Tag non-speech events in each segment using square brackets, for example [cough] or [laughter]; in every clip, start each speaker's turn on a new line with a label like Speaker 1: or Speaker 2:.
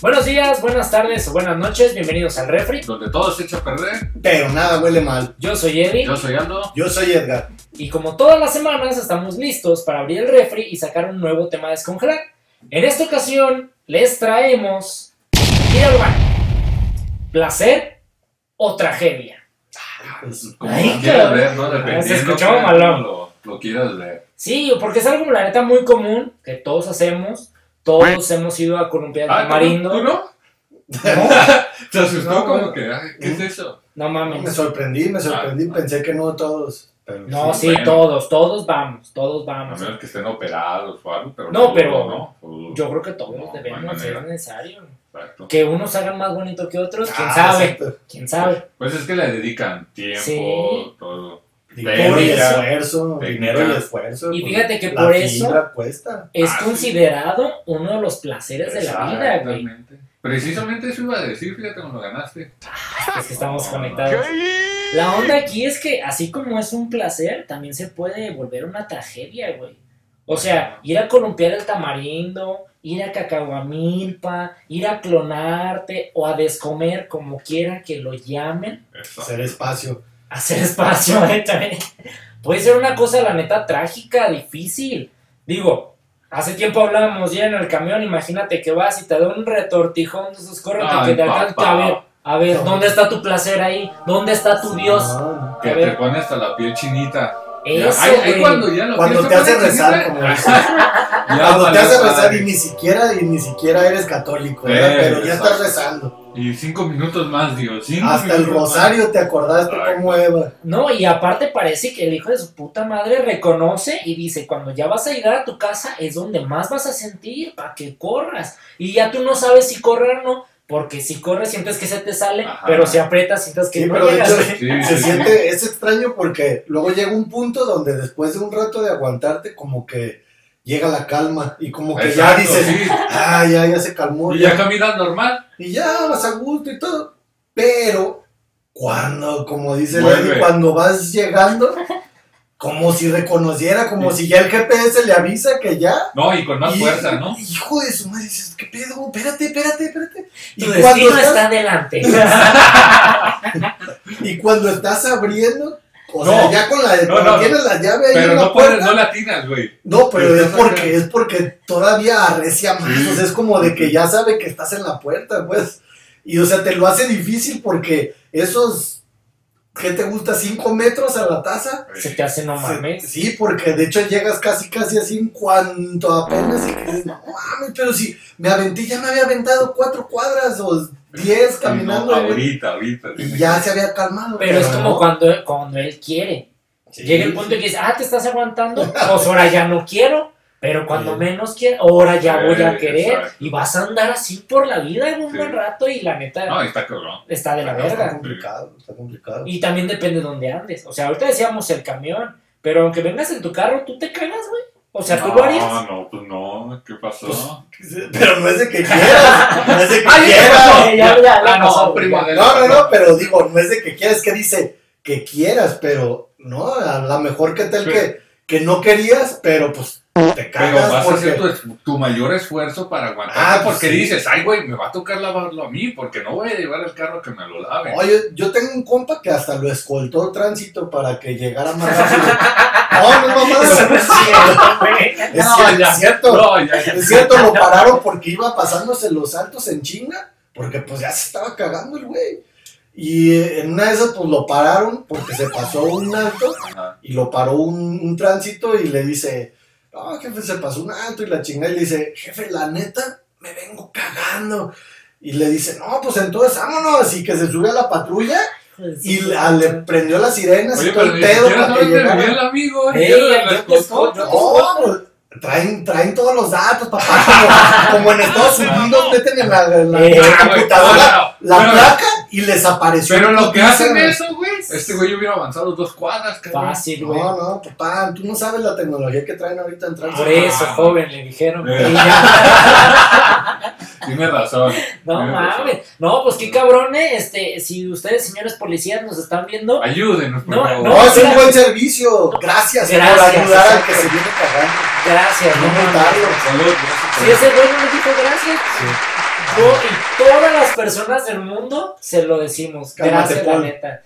Speaker 1: Buenos días, buenas tardes o buenas noches, bienvenidos al Refri.
Speaker 2: donde todo se echa a perder.
Speaker 3: Pero nada huele mal.
Speaker 1: Yo soy Eddie
Speaker 2: Yo soy Aldo.
Speaker 3: Yo soy Edgar.
Speaker 1: y como todas las semanas estamos listos para abrir el Refri y sacar un nuevo tema a descongelar. En esta ocasión les traemos... Tira al baño. ¿Placer o tragedia?
Speaker 3: Pues,
Speaker 2: Como
Speaker 1: Ay,
Speaker 2: lo quieras
Speaker 1: cabrón.
Speaker 2: ver, ¿no? Dependiendo.
Speaker 1: Se escuchaba
Speaker 2: cómo
Speaker 1: malón.
Speaker 2: Lo, lo quieras ver.
Speaker 1: Sí, porque es algo, la neta, muy común que todos hacemos. Todos hemos ido a columpiar
Speaker 2: Ah,
Speaker 1: al
Speaker 2: ¿tú-
Speaker 1: tamarindo.
Speaker 2: ¿Tú no?
Speaker 1: No,
Speaker 2: ¿Te asustó
Speaker 1: No,
Speaker 2: como
Speaker 1: no.
Speaker 2: que? ay, ¿Qué es eso?
Speaker 1: no
Speaker 3: me
Speaker 1: mames.
Speaker 3: sorprendí, me sorprendí.
Speaker 2: Ah.
Speaker 3: Pensé que no todos. Pero
Speaker 1: No,
Speaker 2: Sí,
Speaker 1: sí,
Speaker 2: bueno.
Speaker 1: todos, todos vamos, todos
Speaker 2: A
Speaker 1: vamos.
Speaker 2: menos que estén operados o algo, pero.
Speaker 1: No,
Speaker 2: dudo,
Speaker 1: pero-
Speaker 2: No, Lo dudo.
Speaker 1: Yo creo que todos
Speaker 2: No, no hay
Speaker 1: debemos, si
Speaker 2: manera.
Speaker 1: es necesario.
Speaker 2: Exacto.
Speaker 1: Que unos hagan más bonito que otros, pues, quién
Speaker 3: Ah,
Speaker 1: sabe,
Speaker 3: exacto.
Speaker 1: quién sabe.
Speaker 2: Pues es que le dedican tiempo,
Speaker 1: Sí.
Speaker 2: todo.
Speaker 3: Dinero y
Speaker 1: Técnica.
Speaker 3: esfuerzo.
Speaker 2: Técnica.
Speaker 3: Dinero y esfuerzo.
Speaker 1: Y
Speaker 3: pues,
Speaker 1: fíjate que
Speaker 3: la
Speaker 1: por eso-
Speaker 3: fibra cuesta.
Speaker 1: Es
Speaker 2: Ah, sí.
Speaker 1: considerado uno de los placeres de la vida, güey.
Speaker 2: Exactamente. Precisamente eso iba a decir, fíjate cuando ganaste.
Speaker 1: Es que estamos
Speaker 2: No,
Speaker 1: conectados. La onda aquí es que así como es un placer, también se puede volver una tragedia, güey. O sea, ir a columpiar el tamarindo, ir a Cacahuamilpa, ir a clonarte o a descomer, como quiera que lo llamen.
Speaker 2: Eso.
Speaker 3: Hacer espacio.
Speaker 1: hacer espacio, [laughs] también. Puede ser una cosa, la neta, trágica, difícil. Digo, hace tiempo hablábamos ya en el camión, imagínate que vas y te da un retortijón de esos corren
Speaker 2: Ay,
Speaker 1: que te alcanza
Speaker 2: papá.
Speaker 1: a ver. A ver, ¿dónde está tu placer ahí? ¿Dónde está tu Dios?
Speaker 3: No, no.
Speaker 2: Que
Speaker 1: A ver.
Speaker 2: te pone hasta la piel chinita.
Speaker 1: Eso,
Speaker 2: Ay, ay,
Speaker 1: güey.
Speaker 2: cuando ya la
Speaker 3: Cuando
Speaker 2: piel
Speaker 3: te
Speaker 2: se
Speaker 3: hace
Speaker 2: pone
Speaker 3: rezar,
Speaker 2: chinita,
Speaker 1: Ah,
Speaker 3: como dices.
Speaker 2: ya
Speaker 3: Cuando te
Speaker 2: valió
Speaker 3: hace rezar
Speaker 2: madre.
Speaker 3: y ni siquiera, y ni siquiera eres católico,
Speaker 2: Sí,
Speaker 3: ¿verdad? pero ya
Speaker 2: exacto.
Speaker 3: estás rezando.
Speaker 2: Y cinco minutos más, digo. Cinco
Speaker 3: Hasta el
Speaker 2: minutos más.
Speaker 3: rosario te acordaste
Speaker 2: Ay.
Speaker 3: como Eva.
Speaker 1: No, y aparte parece que el hijo de su puta madre reconoce y dice, cuando ya vas a llegar a tu casa es donde más vas a sentir para que corras. Y ya tú no sabes si correr o no, porque si corres sientes que se te sale,
Speaker 2: Ajá.
Speaker 1: pero si aprietas sientes que
Speaker 3: Sí,
Speaker 1: no
Speaker 3: pero de
Speaker 1: llegas.
Speaker 3: hecho,
Speaker 2: Sí,
Speaker 3: se
Speaker 2: sí, sí.
Speaker 3: siente, es extraño porque luego llega un punto donde después de un rato de aguantarte, como que llega la calma y como que
Speaker 2: Exacto,
Speaker 3: ya dices,
Speaker 2: sí.
Speaker 3: ah, ya, ya se calmó,
Speaker 2: Y
Speaker 3: ya".
Speaker 2: ya caminas normal.
Speaker 3: y ya vas a gusto y todo. Pero cuando, como dice
Speaker 2: Vuelve.
Speaker 3: Lady, cuando vas llegando, como si reconociera, como si ya el GPS le avisa que ya.
Speaker 2: No, y con más
Speaker 3: y-
Speaker 2: fuerza, ¿no?
Speaker 3: Hijo de su madre, dices, ¿qué pedo? Espérate, espérate, espérate.
Speaker 1: Tu destino
Speaker 3: estás-
Speaker 1: está adelante.
Speaker 3: [laughs] Y cuando estás abriendo, o
Speaker 2: No,
Speaker 3: sea, ya con la
Speaker 2: no,
Speaker 3: cuando
Speaker 2: no.
Speaker 3: tienes la llave ahí
Speaker 2: Pero
Speaker 3: en la
Speaker 2: no,
Speaker 3: puerta.
Speaker 2: puedes, no latinas, güey.
Speaker 3: no, pero
Speaker 2: Pero
Speaker 3: es
Speaker 2: estás acá.
Speaker 3: porque es porque todavía arrecia más,
Speaker 2: Sí.
Speaker 3: o sea, es como de que ya sabe que estás en la puerta, pues. Y o sea, te lo hace difícil porque esos ¿qué te gusta 5 metros a la taza.
Speaker 1: Se te hace no mames.
Speaker 3: Sí, porque de hecho llegas casi casi así en cuanto apenas y que dices, no mames, pero si me aventé, ya me había aventado cuatro cuadras o 10
Speaker 2: Sí, no,
Speaker 3: caminando güey,
Speaker 2: ahorita, ahorita.
Speaker 3: y
Speaker 2: tiene
Speaker 3: ya
Speaker 2: que-
Speaker 3: se había calmado.
Speaker 1: Pero es como
Speaker 3: no.
Speaker 1: cuando, cuando él quiere.
Speaker 3: Sí,
Speaker 1: Llega el punto en que dice, ah, te estás
Speaker 3: [laughs]
Speaker 1: aguantando. Pues ahora ya no quiero. Pero cuando
Speaker 3: Sí.
Speaker 1: menos quiero, ahora ya
Speaker 2: Sí,
Speaker 1: voy a querer.
Speaker 2: exacto.
Speaker 1: Y vas a andar así por la vida en un
Speaker 2: Sí.
Speaker 1: buen rato. Y la neta
Speaker 2: No, está cabrón.
Speaker 1: está de la
Speaker 2: no,
Speaker 3: Está
Speaker 1: verga.
Speaker 3: complicado, está complicado. [laughs]
Speaker 1: Y también depende de dónde andes. O sea, ahorita decíamos el camión. Pero aunque vengas en tu carro, tú te cagas, güey. O sea, tú
Speaker 2: no,
Speaker 1: lo harías.
Speaker 2: No, pues no. ¿Qué
Speaker 3: Pues,
Speaker 2: pasó?
Speaker 3: Pero no es de que quieras, no es de
Speaker 2: [laughs]
Speaker 3: que
Speaker 2: ¡Ay, ya
Speaker 3: quieras.
Speaker 2: pasó!
Speaker 1: Eh, ya, ya, ya
Speaker 2: ah, no,
Speaker 1: pasó,
Speaker 2: primo.
Speaker 1: ya.
Speaker 2: de-
Speaker 3: No, no, no, pero digo, no es de que quieras, que dice que quieras, pero no, a lo mejor que tal que, que no querías, pero pues te
Speaker 2: Pero
Speaker 3: cagas
Speaker 2: vas a hacer
Speaker 3: porque...
Speaker 2: tu, es- tu mayor esfuerzo para aguantar.
Speaker 3: Ah, pues
Speaker 2: porque
Speaker 3: sí.
Speaker 2: dices, ay, güey, me va a tocar lavarlo a mí, porque no voy a llevar el carro que me lo lave.
Speaker 3: Oye, yo tengo un compa que hasta lo escoltó tránsito para que llegara más rápido.
Speaker 2: [laughs]
Speaker 3: No, no, mamá,
Speaker 1: Eso no es cierto, güey.
Speaker 3: es
Speaker 2: No,
Speaker 3: cier-
Speaker 2: ya.
Speaker 3: es cierto.
Speaker 2: No, ya, ya.
Speaker 3: Es cierto, lo pararon porque iba pasándose los saltos en China, porque pues ya se estaba cagando el güey. Y eh, en una de esas, pues lo pararon porque se pasó un alto
Speaker 2: Ajá.
Speaker 3: y lo paró un, un tránsito y le dice, no, jefe, se pasó un alto y la chingada y le dice, jefe, la neta, me vengo cagando. Y le dice, no, pues entonces vámonos. Y que se sube a la patrulla [laughs] y la- le prendió las sirenas
Speaker 2: Oye,
Speaker 3: y todo
Speaker 2: pero
Speaker 3: el
Speaker 2: ni
Speaker 3: pedo
Speaker 2: siquiera
Speaker 3: para que
Speaker 2: sabes de venir el
Speaker 3: llegara.
Speaker 2: amigo. ni
Speaker 1: Ey, yo
Speaker 2: siquiera las
Speaker 1: te
Speaker 2: cosas.
Speaker 1: escucho.
Speaker 3: No, pues, traen, traen todos los datos, papá. Como, como en Estados Unidos, meten en la, en la- en la
Speaker 1: Eh,
Speaker 2: güey,
Speaker 3: computadora la
Speaker 2: pero-
Speaker 3: placa y les apareció.
Speaker 2: Pero
Speaker 3: el
Speaker 2: lo que
Speaker 3: putiza.
Speaker 2: hacen eso, güey. Este güey hubiera avanzado dos cuadras, cabrón.
Speaker 1: Fácil, güey.
Speaker 3: No, no, papá, tú no sabes la tecnología que traen ahorita en tránsito.
Speaker 1: Por eso, joven, le dijeron.
Speaker 2: Eh.
Speaker 1: Y ya.
Speaker 2: Tiene razón.
Speaker 1: no
Speaker 2: Tiene razón.
Speaker 1: mames. No, pues qué cabrón, eh, este, si ustedes, señores policías, nos están viendo,
Speaker 2: Ayúdenos, por
Speaker 1: No,
Speaker 2: favor.
Speaker 3: No, es un
Speaker 1: espera.
Speaker 3: buen servicio. Gracias, eh,
Speaker 1: Gracias,
Speaker 3: por ayudar al
Speaker 1: exacto.
Speaker 3: que se viene cagando.
Speaker 1: gracias,
Speaker 3: No
Speaker 1: no mames.
Speaker 3: multarlo.
Speaker 2: Salud, gracias por
Speaker 1: Si ese güey no le dijo gracias, Yo y todas las personas del mundo se lo decimos.
Speaker 3: Cálmate,
Speaker 1: gracias, la
Speaker 3: Paul.
Speaker 1: neta.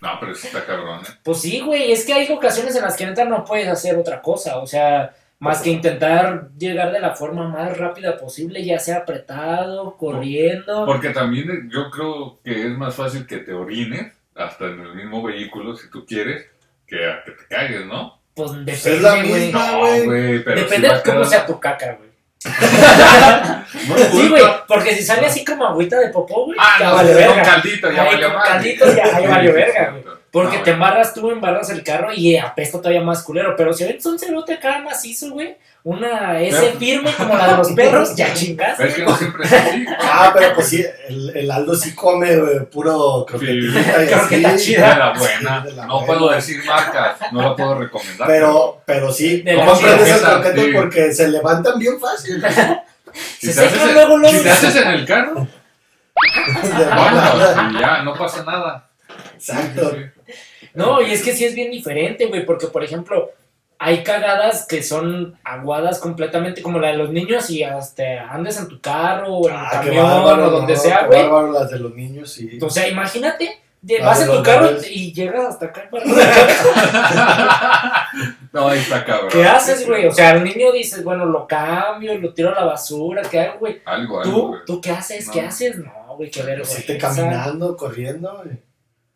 Speaker 2: No, pero eso está cabrón, ¿eh?
Speaker 1: Pues sí, güey, es que hay ocasiones en las que neta no puedes hacer otra cosa, o sea, más que intentar llegar de la forma más rápida posible, ya sea apretado, corriendo.
Speaker 2: Porque también yo creo que es más fácil que te orines, hasta en el mismo vehículo, si tú quieres, que a que te cagues, ¿no?
Speaker 1: Pues
Speaker 3: es la
Speaker 1: depende, güey.
Speaker 3: misma. Ah,
Speaker 2: No,
Speaker 3: güey.
Speaker 2: güey, pero
Speaker 1: Depende
Speaker 2: sí va
Speaker 1: de
Speaker 2: a
Speaker 1: cómo
Speaker 2: quedar-
Speaker 1: sea tu caca, güey.
Speaker 2: No
Speaker 1: Sí, güey,
Speaker 2: importa.
Speaker 1: porque si sale así como agüita de popó, güey,
Speaker 2: Ah,
Speaker 1: ya
Speaker 2: no,
Speaker 1: vale
Speaker 2: con
Speaker 1: verga.
Speaker 2: caldito, ya
Speaker 1: Ahí
Speaker 2: valió
Speaker 1: con
Speaker 2: madre.
Speaker 1: caldito, ya- ahí valió
Speaker 2: Sí, sí,
Speaker 1: verga,
Speaker 2: sí, sí.
Speaker 1: Porque
Speaker 2: No,
Speaker 1: te
Speaker 2: güey.
Speaker 1: embarras tú, embarras el carro y apesta todavía más culero. Pero si aventas un cerote acá macizo, güey, una S
Speaker 2: Pero-
Speaker 1: firme como la de los perros,
Speaker 2: [laughs]
Speaker 1: ya chingas.
Speaker 2: Es que no siempre es así. güey.
Speaker 3: Ah, pero pues sí, el, el Aldo sí come güey, puro croquetita y
Speaker 1: Croqueta
Speaker 3: así.
Speaker 1: chida.
Speaker 2: De la buena.
Speaker 3: Sí, de la
Speaker 2: no
Speaker 3: buena.
Speaker 2: puedo decir marcas, no la puedo recomendar.
Speaker 3: Pero, pero sí,
Speaker 1: De
Speaker 3: no
Speaker 1: la
Speaker 3: comprendes el
Speaker 2: chida.
Speaker 3: croquete
Speaker 2: Sí.
Speaker 3: porque se levantan bien fácil. De
Speaker 2: si,
Speaker 1: se
Speaker 2: te haces
Speaker 1: secan
Speaker 2: en-
Speaker 1: luego, luego.
Speaker 2: si te haces en el carro,
Speaker 3: verdad. [laughs]
Speaker 1: [laughs]
Speaker 2: vámonos, y ya, no pasa nada.
Speaker 3: Exacto.
Speaker 1: No, y es que sí es bien diferente, güey, porque por ejemplo, hay cagadas que son aguadas completamente, como la de los niños, y hasta andes en tu carro o en
Speaker 3: Ah,
Speaker 1: el
Speaker 3: qué
Speaker 1: camión
Speaker 3: bárbaro,
Speaker 1: o donde
Speaker 3: no,
Speaker 1: sea,
Speaker 3: qué
Speaker 1: güey.
Speaker 3: bárbaro las de los niños, sí.
Speaker 1: O sea, imagínate, de-
Speaker 3: La
Speaker 1: vas
Speaker 3: de
Speaker 1: en tu
Speaker 3: los
Speaker 1: carro
Speaker 3: bebés.
Speaker 1: y llegas hasta acá.
Speaker 3: [laughs]
Speaker 2: No, ahí está cabrón.
Speaker 1: ¿Qué haces,
Speaker 2: Sí,
Speaker 1: güey? O sea, el niño dices, bueno, lo cambio, lo tiro a la basura, ¿qué hago, güey?
Speaker 2: Algo, algo,
Speaker 1: ¿Tú?
Speaker 2: güey.
Speaker 1: ¿Tú qué haces?
Speaker 2: No.
Speaker 1: ¿Qué haces? No, güey, qué vergüenza.
Speaker 3: Pues, Te caminando, corriendo. güey.
Speaker 1: [laughs]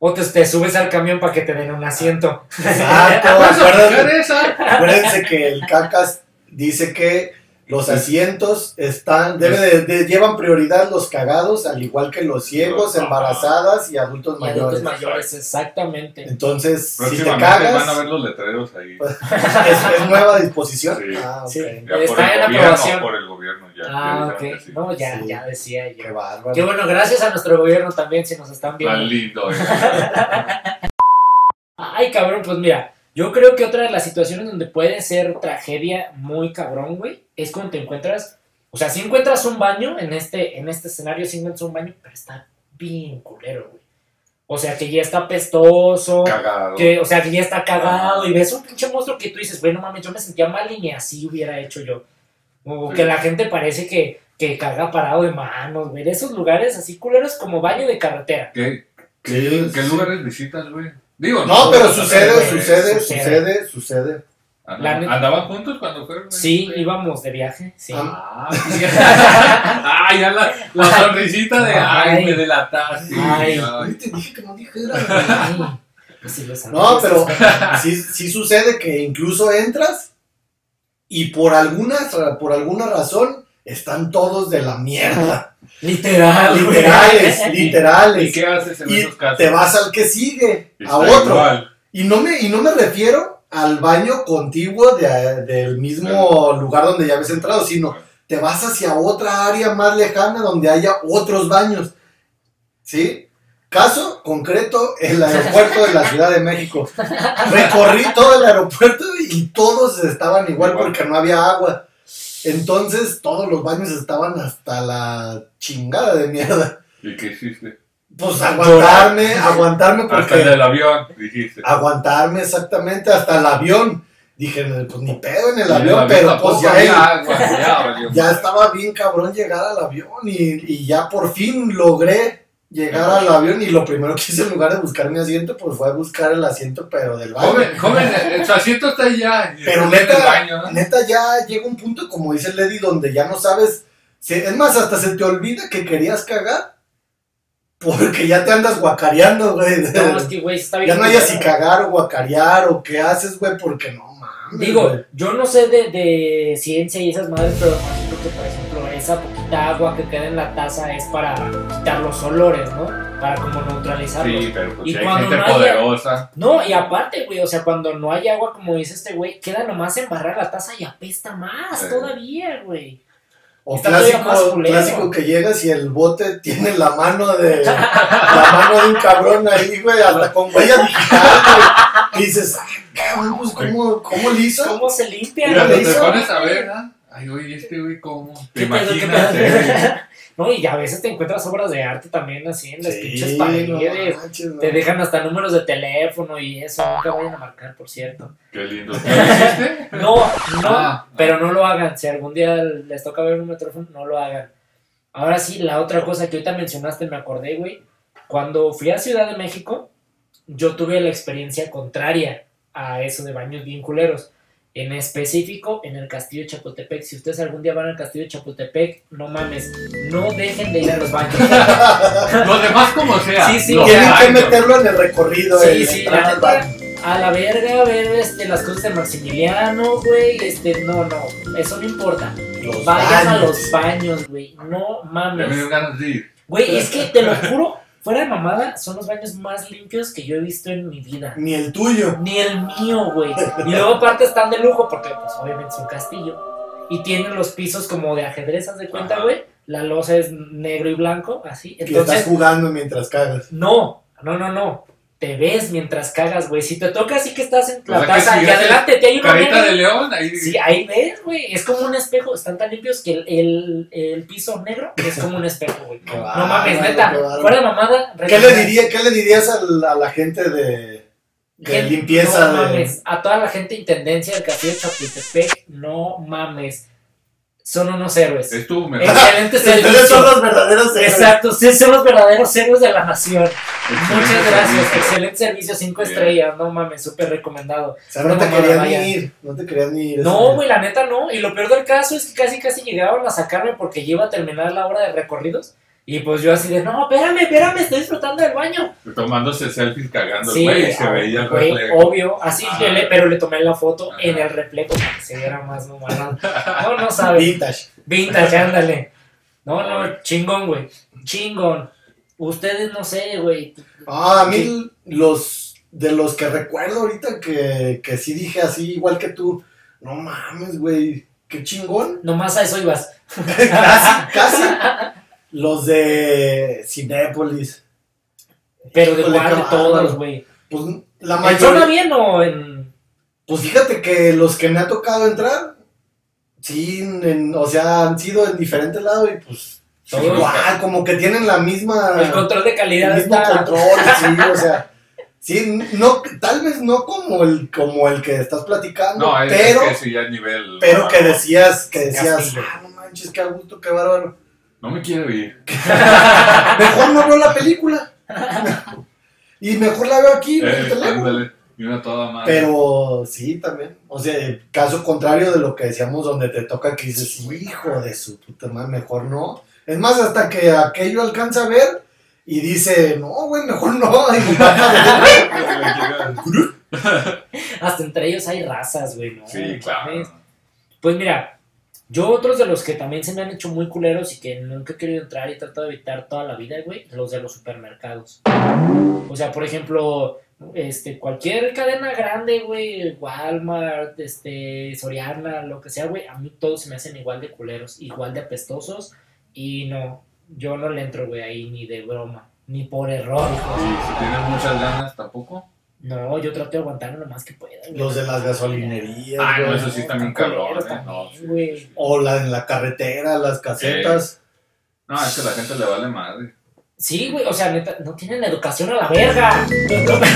Speaker 1: O te, te subes al camión para que te den un asiento.
Speaker 3: Exacto.
Speaker 2: ¿Vas a
Speaker 3: acuérdate-
Speaker 2: aplicar esa?
Speaker 3: Acuérdense que el cacas dice que los asientos están, debe de- de- llevan prioridad los cagados, al igual que los ciegos, embarazadas y adultos
Speaker 1: Y adultos
Speaker 3: mayores.
Speaker 1: mayores, exactamente.
Speaker 3: Entonces, si te
Speaker 2: Próximamente van a
Speaker 3: cagas,
Speaker 2: ver los letreros ahí.
Speaker 3: [laughs]
Speaker 1: Pues,
Speaker 3: es, es nueva disposición.
Speaker 2: Sí.
Speaker 3: Ah, ok.
Speaker 1: Sí.
Speaker 2: Ya por
Speaker 1: Está en
Speaker 2: el gobierno,
Speaker 1: aprobación.
Speaker 2: por el gobierno ya.
Speaker 1: Ah,
Speaker 2: ya dijeron
Speaker 1: ok.
Speaker 2: que sí.
Speaker 1: No, ya,
Speaker 3: Sí.
Speaker 1: ya decía
Speaker 3: Qué
Speaker 1: yo.
Speaker 3: bárbaro.
Speaker 1: Qué bueno, gracias a nuestro gobierno también, si nos están
Speaker 2: Tan
Speaker 1: viendo. [laughs]
Speaker 2: lindo. eh.
Speaker 1: Ay, cabrón, pues mira, yo creo que otra de las situaciones donde puede ser tragedia muy cabrón, güey, es cuando te encuentras, o sea, si encuentras un baño en este, en este escenario, si encuentras un baño, pero está bien culero, güey. O sea, que ya está pestoso,
Speaker 2: Cagado.
Speaker 1: que, o sea, que ya está cagado y ves un pinche monstruo que tú dices, güey, no mames, yo me sentía mal y ni así hubiera hecho yo. O
Speaker 2: Sí.
Speaker 1: que la gente parece que, que caga parado de manos, güey, de esos lugares así culeros como baño de carretera.
Speaker 2: ¿Qué, qué,
Speaker 3: Sí,
Speaker 2: qué
Speaker 3: sí.
Speaker 2: lugares visitas, güey? Digo,
Speaker 3: No, pero sucede,
Speaker 2: güey.
Speaker 3: sucede,
Speaker 1: Sucede.
Speaker 3: sucede, sucede.
Speaker 2: Andaban-
Speaker 1: La neta-
Speaker 2: ¿Andaban juntos cuando fueron? güey?
Speaker 1: Sí, íbamos de viaje, sí.
Speaker 2: Ah,
Speaker 3: Ah,
Speaker 2: sí. [laughs] Ah, ya la, la sonrisita de ay,
Speaker 1: Ay.
Speaker 2: me delataste.
Speaker 1: Ay.
Speaker 2: Ay.
Speaker 3: te dije que no
Speaker 1: Ay, pues sí lo sabía.
Speaker 3: No, pero sí, sí sucede que incluso entras y por alguna, por alguna razón están todos de la mierda.
Speaker 1: Literal, Ah, güey. [laughs]
Speaker 3: literales,
Speaker 2: ¿Y
Speaker 3: literales.
Speaker 2: qué haces en
Speaker 3: Y
Speaker 2: esos casos?
Speaker 3: te vas al que sigue,
Speaker 2: Está
Speaker 3: a otro.
Speaker 2: igual.
Speaker 3: Y no, me, y no me refiero al baño contiguo de- del mismo lugar donde ya habías entrado, sino te vas hacia otra área más lejana donde haya otros baños. ¿Sí? Caso concreto, el aeropuerto de la Ciudad de México. Recorrí todo el aeropuerto y todos estaban igual
Speaker 2: Igual.
Speaker 3: porque no había agua. Entonces todos los baños estaban hasta la chingada de mierda.
Speaker 2: ¿Y qué hiciste?
Speaker 3: Pues aguantarme, aguantarme
Speaker 2: Hasta el
Speaker 3: porque... Ah,
Speaker 2: del avión, dijiste.
Speaker 3: Aguantarme exactamente hasta el avión. Dije, pues ni pedo en el
Speaker 2: Y en
Speaker 3: avión, pero
Speaker 2: tampoco
Speaker 3: pues ya
Speaker 2: había
Speaker 3: ahí-
Speaker 2: agua, ya valió.
Speaker 3: [laughs] ya estaba bien cabrón llegar al avión y, y ya por fin logré llegar al avión y lo primero que hice en lugar de buscar mi asiento pues fue buscar el asiento pero del baño.
Speaker 2: Joven, joven, su asiento está allá. y
Speaker 3: Pero
Speaker 2: está en el
Speaker 3: neta-
Speaker 2: baño, ¿no?
Speaker 3: Neta ya llega un punto como dice Lady donde ya no sabes, se- es más hasta se te olvida que querías cagar porque ya te andas guacareando, güey.
Speaker 1: No, es que, güey, está bien.
Speaker 3: ya no hayas si
Speaker 1: culero.
Speaker 3: cagar o guacarear o qué haces, güey, porque no mames.
Speaker 1: Digo,
Speaker 3: güey.
Speaker 1: yo no sé de, de ciencia y esas madres, pero imagino que, por ejemplo, esa poquita agua que queda en la taza es para quitar los olores, ¿no? Para como neutralizarlos.
Speaker 2: Sí, pero pues
Speaker 1: Y
Speaker 2: si hay
Speaker 1: cuando
Speaker 2: gente
Speaker 1: no haya-
Speaker 2: poderosa.
Speaker 1: No, y aparte, güey, o sea, cuando no hay agua, como dice este güey, queda nomás embarrar la taza y apesta más
Speaker 2: Sí.
Speaker 1: todavía, güey.
Speaker 3: O
Speaker 1: Está todavía más
Speaker 3: clásico,
Speaker 1: culero.
Speaker 3: clásico que llegas y el bote tiene la
Speaker 1: [laughs]
Speaker 3: mano de la mano de un cabrón ahí, güey, hasta con huella digital, güey. Y dices, ah, cabrón, pues ¿cómo, cómo le hizo?
Speaker 1: ¿Cómo se limpia?
Speaker 2: Y
Speaker 3: Mira,
Speaker 1: güey?
Speaker 2: cuando
Speaker 3: le
Speaker 2: te
Speaker 3: hizo-
Speaker 2: pones a ver, ¿ah? ay, oye, este güey, ¿cómo? Te
Speaker 1: ¿Qué pedo, qué
Speaker 2: imaginas,
Speaker 3: [laughs]
Speaker 2: eh?
Speaker 1: pedo? [laughs] No, y a veces te encuentras obras de arte también así en las pinches paredes.
Speaker 3: no manches, no.
Speaker 1: Te dejan hasta números de teléfono y eso. Nunca vayan a marcar, por cierto.
Speaker 2: Qué lindo. ¿Qué hiciste?
Speaker 1: No, no,
Speaker 2: Ah.
Speaker 1: pero no lo hagan. Si algún día les toca ver un metrófono, no lo hagan. Ahora sí, la otra cosa que ahorita mencionaste, me acordé, güey. Cuando fui a Ciudad de México, yo tuve la experiencia contraria a eso de baños bien culeros. En específico, en el Castillo de Chapultepec. Si ustedes algún día van al Castillo de Chapultepec, no mames, no dejen de ir a los baños.
Speaker 2: Los demás como sea.
Speaker 1: Sí, sí,
Speaker 2: los
Speaker 1: que
Speaker 3: Tienen que
Speaker 2: baños.
Speaker 3: meterlo en el recorrido.
Speaker 1: Sí,
Speaker 3: en
Speaker 1: sí,
Speaker 3: entrar
Speaker 1: la
Speaker 3: al baño.
Speaker 1: neta, a la verga, ver este, las cosas de Maximiliano, güey. Este, no, no, eso no importa.
Speaker 3: Los
Speaker 1: Vayan a
Speaker 3: baños.
Speaker 1: los baños, güey. No
Speaker 2: Ya me dio
Speaker 1: mames.
Speaker 2: ganas de ir.
Speaker 1: Güey, es que te lo juro, fuera de mamada, son los baños más limpios que yo he visto en mi vida.
Speaker 3: Ni el tuyo.
Speaker 1: Ni el mío, güey. Y luego aparte están de lujo porque, pues, obviamente es un castillo. Y tienen los pisos como de ajedrez, haz de cuenta,
Speaker 2: Ajá.
Speaker 1: güey. La losa es negro y blanco, así.
Speaker 3: Y estás
Speaker 1: Entonces,
Speaker 3: jugando mientras cagas.
Speaker 1: no, no, no, no. Te ves mientras cagas, güey. Si te toca así que estás en
Speaker 2: O
Speaker 1: la
Speaker 2: sea, que
Speaker 1: taza
Speaker 2: si
Speaker 1: y
Speaker 2: ves el
Speaker 1: adelante te hay una
Speaker 2: Carita
Speaker 1: nena.
Speaker 2: de león, ahí.
Speaker 1: Sí, ahí ves, güey. Es como un espejo. Están tan limpios que el, el- el piso negro es como un espejo, güey.
Speaker 3: Qué
Speaker 1: No mames,
Speaker 3: bárbaro,
Speaker 1: neta.
Speaker 3: qué bárbaro.
Speaker 1: Fuera de mamada.
Speaker 3: ¿Qué le,
Speaker 1: recomiendo-
Speaker 3: diría, ¿Qué le dirías a la, a la gente de, de
Speaker 1: Gente,
Speaker 3: limpieza?
Speaker 1: no
Speaker 3: de-
Speaker 1: mames, A toda la gente de intendencia del castillo de Chapultepec, no mames. Son unos [laughs] héroes.
Speaker 2: Estuvo mejor.
Speaker 1: Excelente
Speaker 3: Ustedes son
Speaker 1: servicio.
Speaker 3: los verdaderos héroes.
Speaker 1: Exacto, sí, son los verdaderos héroes de la nación.
Speaker 2: Excelente
Speaker 1: Muchas gracias,
Speaker 2: servicio.
Speaker 1: excelente servicio, cinco
Speaker 2: Bien.
Speaker 1: estrellas, no mames, súper recomendado.
Speaker 3: O sea, no,
Speaker 1: No,
Speaker 3: te
Speaker 1: no,
Speaker 3: querían
Speaker 1: vaya.
Speaker 3: ni ir. No te querían ni ir. este,
Speaker 1: No, güey, la neta no. Y lo peor del caso es que casi, casi llegaron a sacarme porque ya iba a terminar la hora de recorridos. Y pues yo así de, no, espérame, espérame, estoy disfrutando del baño.
Speaker 2: Tomándose selfies cagando,
Speaker 1: Sí,
Speaker 2: güey, y se
Speaker 1: ah,
Speaker 2: veía el
Speaker 1: güey,
Speaker 2: reflejo.
Speaker 1: obvio, así,
Speaker 2: Ah.
Speaker 1: que le- pero le tomé la foto
Speaker 2: Ajá.
Speaker 1: en el reflejo para que se viera más normal. No, no
Speaker 3: güey.
Speaker 1: sabes.
Speaker 3: Vintage.
Speaker 1: Vintage, ándale. No,
Speaker 2: Ay.
Speaker 1: no, chingón, güey. Chingón. Ustedes no sé, güey.
Speaker 3: Ah, a mí los de los que recuerdo ahorita que, que sí dije así, igual que tú. No mames, güey. Qué chingón. [laughs]
Speaker 1: Nomás a eso ibas.
Speaker 3: casi, casi. Los de Cinépolis.
Speaker 1: Pero de
Speaker 3: Híjole,
Speaker 1: cuál
Speaker 3: qué
Speaker 1: de
Speaker 3: bárbaro.
Speaker 1: todos, güey.
Speaker 3: Pues la
Speaker 1: ¿En zona
Speaker 3: mayoría.
Speaker 1: bien o en.?
Speaker 3: Pues fíjate que los que me ha tocado entrar, sí, en- o sea, han sido en diferentes lados y pues.
Speaker 1: Todos.
Speaker 3: Igual, como que tienen la misma.
Speaker 1: El control de calidad
Speaker 3: Ah. el mismo
Speaker 1: está.
Speaker 3: control, [laughs] sí, o sea, sí, no, tal vez no como el, como el que estás platicando,
Speaker 2: No, es,
Speaker 3: pero,
Speaker 2: es que sí, ya es nivel.
Speaker 3: pero que decías, que decías,
Speaker 1: Castillo.
Speaker 3: ah, no manches, qué a gusto, qué bárbaro.
Speaker 2: No me quiero ir.
Speaker 3: Mejor no veo la película. [laughs] y mejor la veo aquí, en el
Speaker 2: Eh,
Speaker 3: teléfono.
Speaker 2: ándale, y una toda madre.
Speaker 3: Pero sí, también. O sea, el caso contrario de lo que decíamos, donde te toca que dices, hijo de su puta madre, mejor no. Es más, hasta que aquello alcanza a ver y dice, no, güey, mejor no. [laughs] Y baja de-
Speaker 1: Hasta entre ellos hay razas, güey, ¿no?
Speaker 2: [laughs] sí,
Speaker 1: Mames.
Speaker 2: claro.
Speaker 1: Pues mira, yo otros de los que también se me han hecho muy culeros y que nunca he querido entrar y he tratado de evitar toda la vida, güey, los de los supermercados. O sea, por ejemplo, este, cualquier cadena grande, güey, Walmart, este, Soriana, lo que sea, güey, a mí todos se me hacen igual de culeros, igual de apestosos y no, yo no le entro, güey, ahí ni de broma, ni por error,
Speaker 2: Y
Speaker 1: hijo.
Speaker 2: si tienes muchas ganas, tampoco.
Speaker 1: No, yo trato de aguantarme lo más que pueda. güey.
Speaker 3: Los de las gasolinerías,
Speaker 2: Ah, no,
Speaker 3: güey.
Speaker 2: eso sí está bien
Speaker 1: Están
Speaker 2: cabrón,
Speaker 1: culeros
Speaker 2: ¿eh?
Speaker 1: también,
Speaker 2: No,
Speaker 1: güey.
Speaker 3: O la en la carretera, las casetas.
Speaker 2: No, es que a la gente le vale madre.
Speaker 1: Sí, güey, o sea, neta, no tienen la educación a la verga.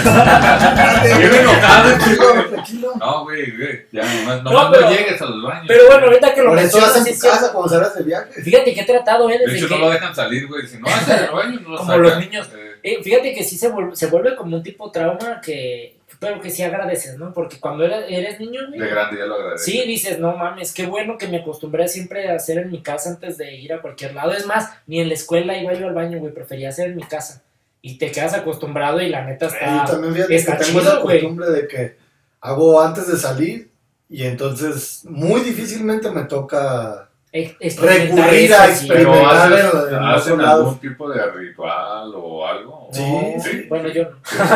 Speaker 3: Ah,
Speaker 2: Bien enojado,
Speaker 3: tranquilo, tranquilo.
Speaker 2: No, güey, güey. Ya, nomás,
Speaker 1: No,
Speaker 2: nomás no,
Speaker 1: pero-
Speaker 2: llegues a los baños.
Speaker 1: Pero bueno, ahorita que lo
Speaker 3: Por eso vas
Speaker 1: mencionas,
Speaker 3: en
Speaker 1: sí,
Speaker 3: tu
Speaker 1: sí,
Speaker 3: casa cuando salgas de viaje.
Speaker 1: fíjate que he tratado, ¿eh?
Speaker 2: De
Speaker 1: Desde
Speaker 2: hecho,
Speaker 1: que,
Speaker 2: no lo dejan salir, güey.
Speaker 1: [laughs]
Speaker 2: Si no vas al baño, no lo
Speaker 1: Como
Speaker 2: sacan.
Speaker 1: los niños.
Speaker 2: Eh,
Speaker 1: eh, fíjate que sí se, vuel- se vuelve como un tipo trauma que, pero que sí agradeces, ¿no? Porque cuando eres, eres niño, güey,
Speaker 2: de grande ya lo agradezco.
Speaker 1: sí dices, no mames, qué bueno que me acostumbré siempre a hacer en mi casa antes de ir a cualquier lado. Es más, ni en la escuela iba yo al baño, güey, prefería hacer en mi casa. Y te quedas acostumbrado y la neta
Speaker 3: Yo
Speaker 1: está...
Speaker 3: también fíjate
Speaker 1: Ah, está
Speaker 3: que tengo
Speaker 1: chido,
Speaker 3: esa
Speaker 1: güey.
Speaker 3: costumbre de que hago antes de salir y entonces muy difícilmente me toca
Speaker 1: ex- experimentar
Speaker 3: Recurrir a
Speaker 1: eso, sí.
Speaker 2: Pero
Speaker 3: Experimentar
Speaker 2: haces,
Speaker 3: en- en
Speaker 2: hacen
Speaker 3: otro lado.
Speaker 2: algún tipo de ritual o algo.
Speaker 3: Sí,
Speaker 1: No,
Speaker 2: sí.
Speaker 1: Bueno, yo no.
Speaker 2: Sí, sí,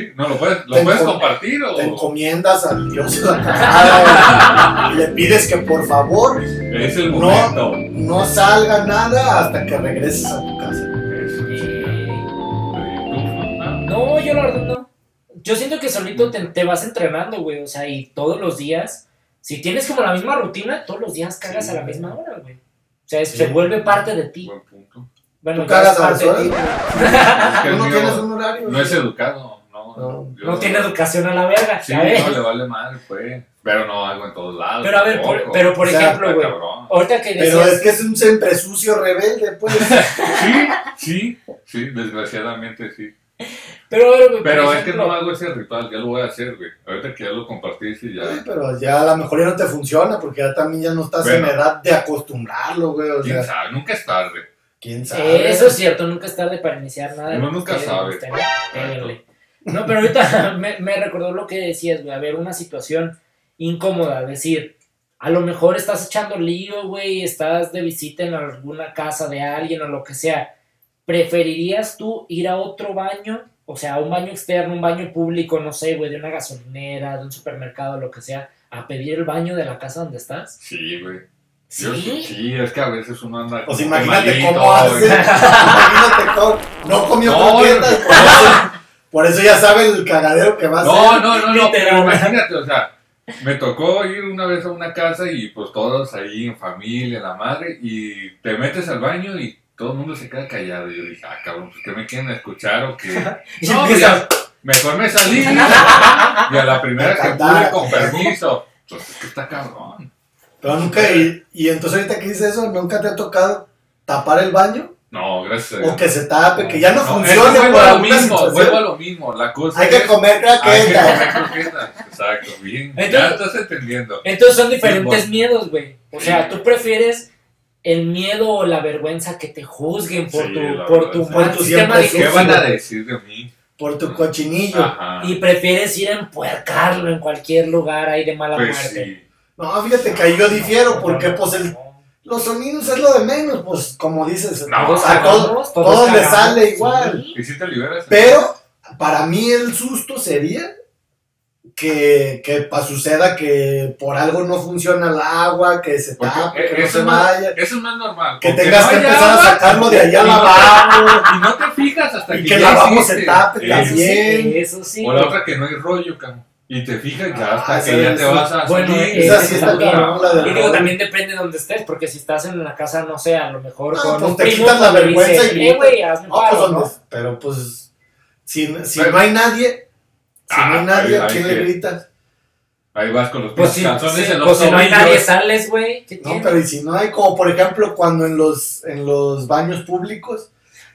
Speaker 2: sí. No, lo puedes, lo
Speaker 3: Te
Speaker 2: puedes
Speaker 3: encom-
Speaker 2: compartir o.
Speaker 3: te encomiendas al dios de la casa y le pides que por favor
Speaker 2: Es el
Speaker 3: No.
Speaker 2: momento.
Speaker 3: no salga nada hasta que regreses a tu casa.
Speaker 2: Es-
Speaker 1: Eh,
Speaker 2: Ah,
Speaker 1: No, yo la verdad no. Yo siento que solito te, te vas entrenando, güey. O sea, y todos los días, si tienes como la misma rutina, todos los días cagas
Speaker 2: Sí.
Speaker 1: a la misma hora, güey. O sea, es-
Speaker 3: Sí.
Speaker 1: se vuelve parte de ti.
Speaker 2: Buen
Speaker 3: [laughs]
Speaker 2: punto.
Speaker 1: Bueno,
Speaker 3: ¿Tú
Speaker 1: ya es
Speaker 3: cagas a
Speaker 1: parte
Speaker 3: las
Speaker 1: de ti,
Speaker 2: Es que
Speaker 3: Tú
Speaker 2: el
Speaker 3: no
Speaker 2: mío
Speaker 3: tienes un horario.
Speaker 2: no es educado. No,
Speaker 3: No.
Speaker 2: yo-
Speaker 1: No tiene educación a la verga,
Speaker 2: Sí,
Speaker 1: ¿sabes?
Speaker 2: no, le vale madre, pues. Pero no algo en todos lados.
Speaker 1: Pero a ver, por-
Speaker 2: tampoco.
Speaker 1: pero por
Speaker 3: O sea,
Speaker 1: ejemplo,
Speaker 2: Está
Speaker 1: güey.
Speaker 2: cabrón.
Speaker 1: Ahorita que
Speaker 3: Pero
Speaker 1: decías.
Speaker 3: es que es un siempre sucio rebelde, pues.
Speaker 2: [laughs] Sí, sí, sí, desgraciadamente sí.
Speaker 1: Pero, güey, por
Speaker 2: Pero es que
Speaker 1: ejemplo,
Speaker 2: no hago ese ritual, ya lo voy a hacer, güey. Ahorita que ya lo compartiste y
Speaker 3: Sí,
Speaker 1: Pues,
Speaker 2: ya.
Speaker 3: pero ya a lo mejor ya no te funciona porque ya también ya no estás
Speaker 2: Bueno.
Speaker 3: en edad de acostumbrarlo, güey. O
Speaker 2: Quién
Speaker 3: sea,
Speaker 2: sabe, nunca es tarde.
Speaker 3: quién
Speaker 1: Eh,
Speaker 3: sabe.
Speaker 1: Eso es cierto, nunca es tarde para iniciar nada. de
Speaker 2: Uno
Speaker 1: lo que
Speaker 2: nunca
Speaker 1: ustedes
Speaker 2: sabe.
Speaker 1: gusten. Péguenle. No, pero ahorita [laughs] me, me recordó lo que decías, güey. A ver, una situación incómoda. Decir, a lo mejor estás echando lío, güey. Estás de visita en alguna casa de alguien o lo que sea. ¿Preferirías tú ir a otro baño? O sea, a un baño externo, un baño público, no sé, güey, de una gasolinera, de un supermercado, lo que sea, a pedir el baño de la casa donde estás.
Speaker 2: Sí, güey.
Speaker 1: Sí.
Speaker 2: Yo sí, sí, es que a veces uno anda.
Speaker 3: Pues
Speaker 2: como
Speaker 3: imagínate
Speaker 2: quemadito,
Speaker 3: cómo hace.
Speaker 2: güey.
Speaker 3: imagínate cómo. No comió
Speaker 2: No,
Speaker 3: croquetas. Por, eso, por eso ya sabe el cagadero que va a
Speaker 2: No,
Speaker 3: hacer.
Speaker 2: no, no, no, pero
Speaker 1: Literal.
Speaker 2: imagínate, o sea, me tocó ir una vez a una casa y pues todos ahí en familia, la madre, y te metes al baño y todo el mundo se queda callado. Y yo dije, ah, cabrón, pues que me quieren escuchar o qué.
Speaker 1: Y
Speaker 2: No, pues,
Speaker 1: empiezas,
Speaker 2: ya, mejor me salí. y a la primera que pude, con permiso. Pues es que está cabrón.
Speaker 3: Pero nunca. Y, y entonces ahorita que dices eso, nunca te ha tocado tapar el baño
Speaker 2: No, gracias a Dios.
Speaker 3: o que se tape, que ya
Speaker 2: No,
Speaker 3: no,
Speaker 2: es que
Speaker 3: funcione
Speaker 2: vuelvo
Speaker 3: por
Speaker 2: a lo
Speaker 3: alguna
Speaker 2: mismo,
Speaker 3: situación.
Speaker 2: vuelvo a lo mismo. La cosa
Speaker 3: Hay que
Speaker 2: es-
Speaker 3: comer
Speaker 2: hay que
Speaker 3: croquetas.
Speaker 2: comer croquetas. Exacto, bien. Ya
Speaker 1: Entonces-
Speaker 2: estás entendiendo.
Speaker 1: Entonces son diferentes
Speaker 2: Bueno.
Speaker 1: miedos, güey. O sea, tú prefieres el miedo o la vergüenza que te juzguen por
Speaker 2: Sí,
Speaker 1: tu,
Speaker 2: la
Speaker 1: por tu
Speaker 2: vergüenza.
Speaker 1: mal
Speaker 3: Por tu
Speaker 1: sistema
Speaker 3: siempre
Speaker 2: ¿Qué
Speaker 1: digestivo.
Speaker 2: van a decir de mí?
Speaker 3: Por tu cochinillo.
Speaker 2: Ajá.
Speaker 1: Y prefieres ir a empuercarlo en cualquier lugar ahí de mala
Speaker 2: Pues
Speaker 1: muerte.
Speaker 2: sí.
Speaker 3: No, fíjate que ahí yo difiero,
Speaker 1: No,
Speaker 3: porque
Speaker 1: no,
Speaker 3: pues el,
Speaker 1: no.
Speaker 3: los sonidos es lo de menos, pues como dices,
Speaker 2: No,
Speaker 1: Todos
Speaker 3: a
Speaker 1: cagamos,
Speaker 3: todos,
Speaker 1: todos
Speaker 3: todos les
Speaker 1: cagamos,
Speaker 3: sale igual.
Speaker 1: sí.
Speaker 2: ¿Y si te liberas?
Speaker 3: Pero para mí el susto sería que, que pa- suceda que por algo no funciona el agua, que se
Speaker 2: Porque,
Speaker 3: tape,
Speaker 2: eh,
Speaker 3: que no
Speaker 2: eso
Speaker 3: se
Speaker 2: no-
Speaker 3: vaya,
Speaker 2: Eso es más normal.
Speaker 3: que
Speaker 2: Aunque
Speaker 3: tengas
Speaker 2: no
Speaker 3: que
Speaker 2: haya
Speaker 3: empezar
Speaker 2: agua,
Speaker 3: a sacarlo de allá
Speaker 2: y no-
Speaker 3: abajo.
Speaker 2: Y no te fijas hasta
Speaker 3: Y
Speaker 2: que
Speaker 3: que
Speaker 2: ya
Speaker 3: el lavabo
Speaker 2: hiciste.
Speaker 3: se tape
Speaker 2: Eso
Speaker 3: también.
Speaker 1: Sí, eso sí.
Speaker 2: O la
Speaker 1: güey.
Speaker 2: otra que no hay rollo, cabrón. Y te fijas ya
Speaker 3: Ah,
Speaker 2: hasta
Speaker 3: esa
Speaker 2: que ya
Speaker 3: es-
Speaker 2: te vas a
Speaker 1: bueno,
Speaker 2: salir.
Speaker 1: eh,
Speaker 3: Esa sí
Speaker 1: es
Speaker 3: está
Speaker 1: también.
Speaker 3: cabrón, la del
Speaker 1: Y digo,
Speaker 3: rollo.
Speaker 1: también depende de donde estés, porque si estás en la casa, no sé, a lo mejor
Speaker 3: No,
Speaker 1: con
Speaker 3: pues
Speaker 1: un
Speaker 3: te
Speaker 1: primo,
Speaker 3: quitas la
Speaker 1: pues, le dices,
Speaker 3: vergüenza y
Speaker 1: eh, güey, hazme
Speaker 3: No, pues,
Speaker 1: paro,
Speaker 3: ¿dónde?
Speaker 1: ¿no?
Speaker 3: Pero pues, si, si
Speaker 2: Pero-
Speaker 3: no hay nadie, si
Speaker 2: Ah,
Speaker 3: no hay nadie,
Speaker 2: ahí-
Speaker 3: ¿a
Speaker 2: ahí
Speaker 3: quién
Speaker 2: que-
Speaker 3: le gritas?
Speaker 2: Ahí vas con los
Speaker 1: Pues
Speaker 2: pinches
Speaker 1: si,
Speaker 2: calzones
Speaker 1: sí,
Speaker 2: en los
Speaker 1: pues, si no hay
Speaker 2: tobillos.
Speaker 1: nadie, sales, güey. ¿Qué
Speaker 3: No,
Speaker 1: tienes?
Speaker 3: pero y si no hay, como por ejemplo cuando en los, en los baños públicos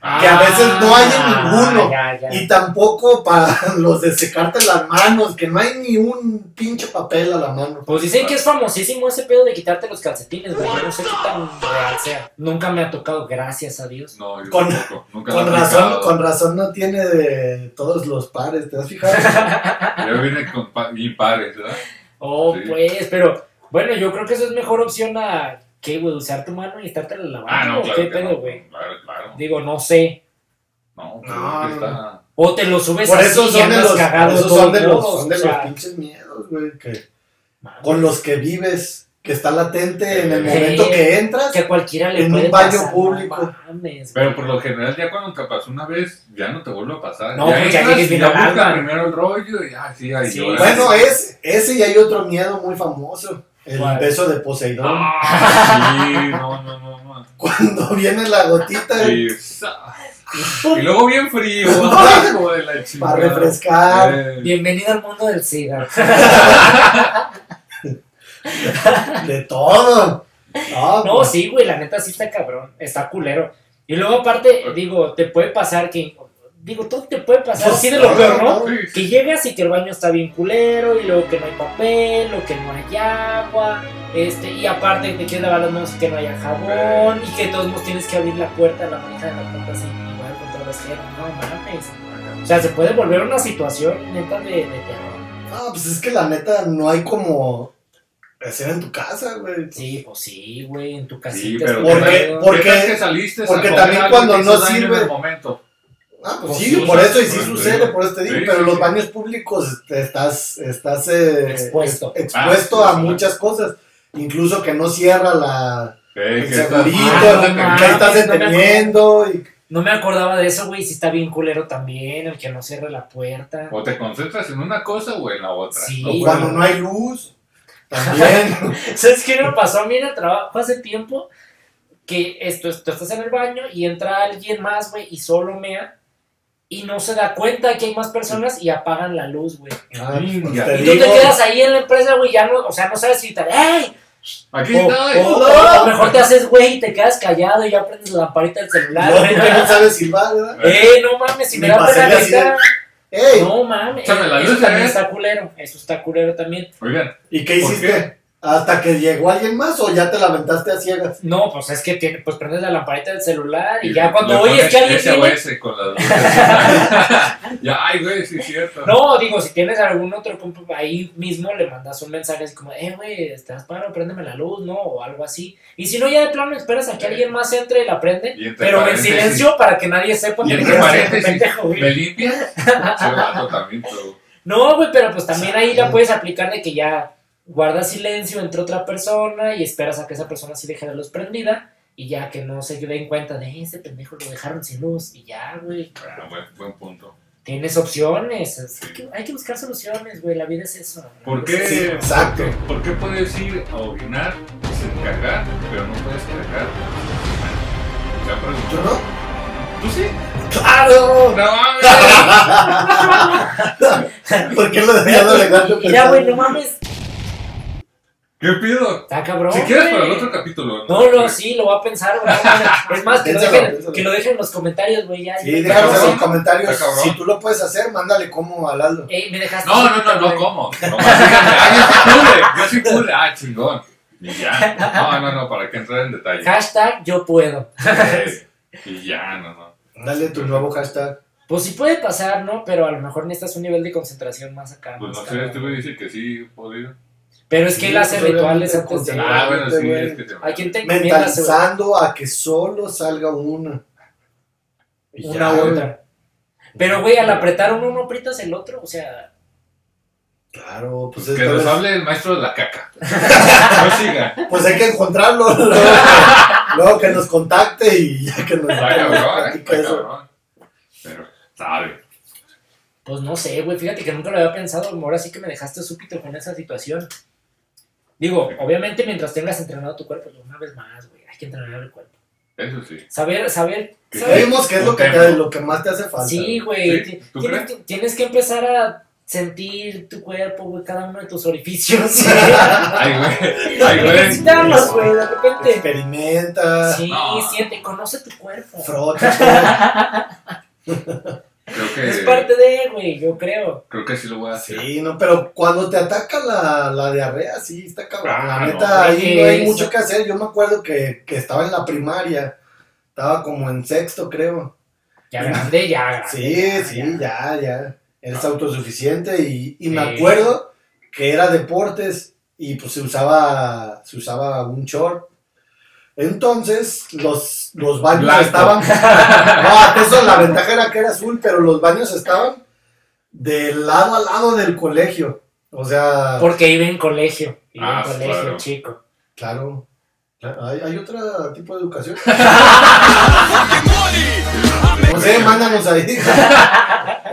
Speaker 2: Ah,
Speaker 3: que a veces no hay en ninguno.
Speaker 1: Ah, ya, ya.
Speaker 3: y tampoco para [laughs] los de secarte las manos, que no hay ni un pinche papel a la mano.
Speaker 1: Pues dicen que es famosísimo ese pedo de quitarte los calcetines, güey. Yo no sé qué tan real sea. Nunca me ha tocado, gracias a Dios.
Speaker 2: Ah, No, yo
Speaker 3: Con-
Speaker 2: tampoco. Nunca
Speaker 3: Con
Speaker 2: lo he
Speaker 3: razón,
Speaker 2: aplicado.
Speaker 3: con razón no tiene de todos los pares, ¿te
Speaker 1: [laughs]
Speaker 3: has fijado?
Speaker 2: [laughs] Yo vine con pa- impares, ¿verdad?
Speaker 1: Oh,
Speaker 2: Sí.
Speaker 1: pues, pero bueno, yo creo que eso es mejor opción a que, güey, usar tu mano y estarte lavando.
Speaker 2: Ah, no,
Speaker 1: ¿o
Speaker 2: claro
Speaker 1: ¿Qué
Speaker 2: que
Speaker 1: pedo,
Speaker 2: no.
Speaker 1: güey?
Speaker 2: Claro, claro.
Speaker 1: Digo, no sé.
Speaker 2: No,
Speaker 3: No,
Speaker 2: pero es que
Speaker 3: no,
Speaker 2: está...
Speaker 1: O te lo subes
Speaker 3: Por
Speaker 1: Pues así
Speaker 3: eso
Speaker 1: y
Speaker 3: son de
Speaker 1: andas
Speaker 3: los,
Speaker 1: cagado
Speaker 3: esos
Speaker 1: todos
Speaker 3: son de los,
Speaker 1: modos,
Speaker 3: son
Speaker 1: o
Speaker 3: de los
Speaker 1: sea,
Speaker 3: pinches miedos, güey, que
Speaker 1: madre,
Speaker 3: con los que vives, que está latente en el
Speaker 2: Sí.
Speaker 3: momento que entras.
Speaker 1: que a cualquiera le
Speaker 3: en un
Speaker 1: puede
Speaker 3: baño
Speaker 1: pasar, no
Speaker 3: público.
Speaker 1: mames,
Speaker 2: Pero
Speaker 1: güey.
Speaker 2: por lo general, ya cuando te pasó una vez, ya no te vuelve a pasar.
Speaker 1: No, pues ya
Speaker 2: entras
Speaker 1: llegues
Speaker 2: y
Speaker 1: bien
Speaker 2: ya
Speaker 1: al
Speaker 2: buscas
Speaker 1: alma.
Speaker 2: primero el rollo y ah, sí, ahí
Speaker 1: Sí.
Speaker 2: lloras.
Speaker 3: Bueno, es, ese y hay otro miedo muy famoso, el
Speaker 1: ¿Cuál?
Speaker 3: beso de Poseidón.
Speaker 2: Ah, sí, no, no, no.
Speaker 3: [laughs]
Speaker 2: no.
Speaker 3: Cuando viene la gotita
Speaker 2: Y, y luego bien
Speaker 3: [laughs]
Speaker 2: frío, hijo de la chingada.
Speaker 3: para refrescar.
Speaker 2: Eh,
Speaker 1: Bienvenido al mundo del cigarro.
Speaker 3: De todo. No,
Speaker 1: No,
Speaker 3: pues,
Speaker 1: sí, güey, la neta sí está cabrón, está culero. Y luego aparte, digo, te puede pasar que, digo, todo te puede pasar
Speaker 3: Pues,
Speaker 1: así de lo peor, ¿no?
Speaker 3: claro.
Speaker 2: sí,
Speaker 1: Que llegas y que el baño está bien culero, y luego que no hay papel, o que no hay agua, este, y aparte te quieres lavar las manos y que no haya jabón, y que de todos modos tienes que abrir la puerta, la manija de la puerta así, igual con todas las gente, no mames. O sea, se puede volver una situación neta de, de terror.
Speaker 3: no, pues es que la neta no hay como hacer en tu casa, güey.
Speaker 1: Sí, pues sí, güey, en tu casita.
Speaker 2: pero
Speaker 1: está
Speaker 3: ¿por qué?
Speaker 1: feo.
Speaker 3: ¿Por
Speaker 2: ¿Qué
Speaker 3: qué?
Speaker 2: tal que saliste a
Speaker 3: Porque
Speaker 2: comer
Speaker 3: también
Speaker 2: algo y
Speaker 3: cuando
Speaker 2: te
Speaker 3: no
Speaker 2: hizo daño
Speaker 3: sirve-
Speaker 2: En el momento.
Speaker 3: Ah, pues,
Speaker 1: Pues
Speaker 3: sí,
Speaker 1: sí,
Speaker 3: por
Speaker 1: o sea,
Speaker 3: eso y sí
Speaker 2: por eso
Speaker 3: sucede,
Speaker 2: digo.
Speaker 3: por eso te digo,
Speaker 2: Sí,
Speaker 3: pero
Speaker 2: sí,
Speaker 3: los
Speaker 2: sí.
Speaker 3: baños públicos te estás, estás eh,
Speaker 1: Expuesto.
Speaker 3: ex- expuesto
Speaker 2: Ah,
Speaker 3: a
Speaker 2: sí, sí.
Speaker 3: muchas cosas, incluso que no cierra la,
Speaker 2: Eh,
Speaker 3: el
Speaker 2: que estás-
Speaker 3: segurito,
Speaker 1: Ah, no
Speaker 3: que
Speaker 1: mames,
Speaker 3: ahí estás
Speaker 1: no me acuerdo.
Speaker 3: deteniendo y
Speaker 1: No me acordaba de eso, güey. Si está bien culero también, el que no cierre la puerta.
Speaker 2: o te concentras en una cosa o en la otra.
Speaker 1: Sí.
Speaker 2: No, bueno,
Speaker 3: cuando no hay luz, también.
Speaker 1: ¿Sabes qué me pasó a mí en el trabajo hace tiempo? Que esto, tú estás en el baño y entra alguien más, güey, y solo mea. y no se da cuenta que hay más personas y apagan la luz, güey.
Speaker 3: Ah,
Speaker 2: Mm,
Speaker 3: pues,
Speaker 2: ya.
Speaker 3: te
Speaker 1: Y tú
Speaker 3: digo.
Speaker 1: te quedas ahí en la empresa, güey, ya no, o sea, no sabes si te... ¡Ey!
Speaker 2: Aquí
Speaker 1: O,
Speaker 3: Oh,
Speaker 2: está. eh.
Speaker 1: o-
Speaker 3: ¡No!
Speaker 1: o a lo mejor te haces, güey, y te quedas callado y ya prendes [laughs] la lamparita del celular.
Speaker 3: No, tú
Speaker 1: güey.
Speaker 3: que no sabes silbar, ¿verdad?
Speaker 1: ¡Eh, no mames! Si me
Speaker 3: Ni
Speaker 1: da
Speaker 3: pasarle
Speaker 1: pena
Speaker 3: así de-
Speaker 1: gritar.
Speaker 2: [laughs]
Speaker 3: ¡Ey!
Speaker 1: No mames.
Speaker 2: Échame la
Speaker 1: Eso
Speaker 2: luz,
Speaker 1: también
Speaker 2: ¿eh?
Speaker 1: está culero. Eso está culero también.
Speaker 2: Oigan,
Speaker 3: ¿Y qué
Speaker 2: ¿Por
Speaker 3: hiciste?
Speaker 2: qué?
Speaker 3: ¿Hasta que llegó alguien más o ya te la aventaste a ciegas?
Speaker 1: No, pues es que tiene, pues prendes la lamparita del celular y,
Speaker 2: y
Speaker 1: ya
Speaker 2: le-
Speaker 1: cuando
Speaker 2: le
Speaker 1: oyes
Speaker 2: pones
Speaker 1: que alguien viene-
Speaker 2: SOS con las
Speaker 1: [laughs]
Speaker 2: luces. ya, ay, güey, sí es cierto.
Speaker 1: No, digo, si tienes algún otro compa, ahí mismo le mandas un mensaje así como, eh, güey, estás paro, préndeme la luz, ¿no? O algo así. Y si no, ya de plano esperas a que alguien más entre y la prende,
Speaker 2: Y entre
Speaker 1: pero en
Speaker 2: paréntesis-
Speaker 1: silencio para que nadie sepa.
Speaker 2: Y
Speaker 1: que
Speaker 2: entre
Speaker 1: eres un
Speaker 2: paréntesis,
Speaker 1: pendejo, güey.
Speaker 2: ¿Me limpia? Se va también, pero.
Speaker 1: No, güey, pero pues también ahí la
Speaker 3: Sí.
Speaker 1: puedes aplicar de que ya guardas silencio entre otra persona y esperas a que esa persona sí deje la luz prendida y ya que no se den cuenta de, "Eh, ese pendejo lo dejaron sin luz y ya, güey.
Speaker 2: Ah, buen, buen punto.
Speaker 1: Tienes opciones. es- hay, que, hay que buscar soluciones, güey. La vida es eso. güey.
Speaker 2: ¿Por qué?
Speaker 3: Sí, exacto.
Speaker 2: ¿Por qué puedes ir a orinar sin cagar, pero no puedes cagar? Se ha
Speaker 3: ¿Yo
Speaker 2: preguntado.
Speaker 3: no?
Speaker 2: ¿Tú sí?
Speaker 3: ¡Claro!
Speaker 2: No mames.
Speaker 3: [laughs] ¿Por qué lo dejé de elegante?
Speaker 1: Y ya, güey, no mames.
Speaker 2: ¿Qué pido?
Speaker 1: Está cabrón.
Speaker 2: Si quieres
Speaker 1: güey.
Speaker 2: para el otro capítulo.
Speaker 1: No, no, sí, lo voy a pensar, güey. no
Speaker 3: [laughs]
Speaker 1: mames. Es más, que lo,
Speaker 3: Piénsalo,
Speaker 1: dejen,
Speaker 3: piénsalo.
Speaker 1: que lo dejen en los comentarios, güey. Ya,
Speaker 3: Sí,
Speaker 1: ya.
Speaker 3: déjanos en los
Speaker 2: Cabrón.
Speaker 3: comentarios.
Speaker 2: Está cabrón.
Speaker 3: Si tú lo puedes hacer, mándale como al Aldo.
Speaker 1: Ey, Eh, me dejaste.
Speaker 2: No, no, no, no,
Speaker 1: güey.
Speaker 2: ¿cómo? Nomás díganme, "Ay, yo sí pude, yo sí pude, ah, chingón. Y ya. No, no, no, para que entrar en detalle.
Speaker 1: Hashtag yo puedo.
Speaker 2: Eh, Y ya, no, no.
Speaker 3: Dale tu nuevo hashtag.
Speaker 1: Pues sí puede pasar, ¿no? Pero a lo mejor necesitas un nivel de concentración más acá.
Speaker 2: Pues
Speaker 1: más
Speaker 2: no sé,
Speaker 1: cabrón.
Speaker 2: este güey dice que sí, podido.
Speaker 1: Pero es que él hace
Speaker 3: Sí, pues,
Speaker 1: rituales
Speaker 3: obviamente,
Speaker 1: antes de.
Speaker 3: concentrado.
Speaker 2: Ah, bueno, sí,
Speaker 3: güey.
Speaker 2: es que te.
Speaker 1: ¿A quién te encomiendas güey?
Speaker 3: Mentalizando a que solo salga una. Y
Speaker 1: una
Speaker 3: ya,
Speaker 1: u
Speaker 3: güey.
Speaker 1: otra? Pero, güey, al apretar uno, no aprietas el otro. O sea,
Speaker 3: Claro, pues,
Speaker 2: Que
Speaker 3: esta
Speaker 2: nos
Speaker 3: vez-
Speaker 2: hable el maestro de la caca. No siga.
Speaker 3: pues hay que
Speaker 2: [laughs]
Speaker 3: encontrarlo. Luego que, luego que nos contacte y ya que nos.
Speaker 2: Está cabrón, eh,
Speaker 3: platique
Speaker 2: está
Speaker 3: eso.
Speaker 2: cabrón. Pero, sabe.
Speaker 1: pues no sé, güey. Fíjate que nunca lo había pensado. Ahora sí que me dejaste súbito con esa situación. Digo, obviamente, mientras tengas entrenado tu cuerpo, pues una vez más, güey. Hay que entrenar el cuerpo.
Speaker 2: Eso sí.
Speaker 1: Saber, saber.
Speaker 2: Que
Speaker 1: saber-
Speaker 3: Vimos que es lo que, te- lo que más te hace falta.
Speaker 1: Sí, güey.
Speaker 2: ¿Sí?
Speaker 1: ti-
Speaker 2: ¿Tú
Speaker 1: Tienes,
Speaker 2: crees?
Speaker 1: que- tienes que empezar a sentir tu cuerpo, güey, cada uno de tus orificios. [laughs]
Speaker 3: Ah.
Speaker 2: Ay, güey. Ay, güey.
Speaker 1: Necesitarlos, güey, de repente.
Speaker 3: Experimenta,
Speaker 1: Sí,
Speaker 2: No.
Speaker 1: siente, conoce tu cuerpo.
Speaker 3: frota.
Speaker 2: [laughs] Creo
Speaker 1: Es
Speaker 2: que,
Speaker 1: parte de, güey, yo creo.
Speaker 2: creo que sí lo voy a hacer.
Speaker 3: Sí, no, pero cuando te ataca la, la diarrea, sí, está cabrón.
Speaker 2: Ah,
Speaker 3: la
Speaker 2: no,
Speaker 3: neta, ahí
Speaker 1: güey,
Speaker 3: no hay
Speaker 1: eso.
Speaker 3: mucho que hacer. Yo me acuerdo que, que estaba en la primaria, estaba como en sexto, creo.
Speaker 1: Ya grande, ya grande.
Speaker 3: Sí,
Speaker 1: ya,
Speaker 3: sí,
Speaker 1: ya.
Speaker 3: ya, ya. Eres autosuficiente y, y me
Speaker 1: Sí.
Speaker 3: acuerdo que era deportes y pues se usaba, se usaba un short. Entonces, los, los baños
Speaker 2: Blanco. [laughs]
Speaker 3: estaban. No, hasta eso la ventaja era que era azul, pero los baños estaban del lado al lado del colegio. O sea.
Speaker 1: Porque iba en colegio. Iba
Speaker 2: Ah,
Speaker 1: en colegio,
Speaker 2: claro.
Speaker 1: chico.
Speaker 3: Claro. Hay, hay otro tipo de educación. No sé, Pues, eh, mándanos ahí. [laughs]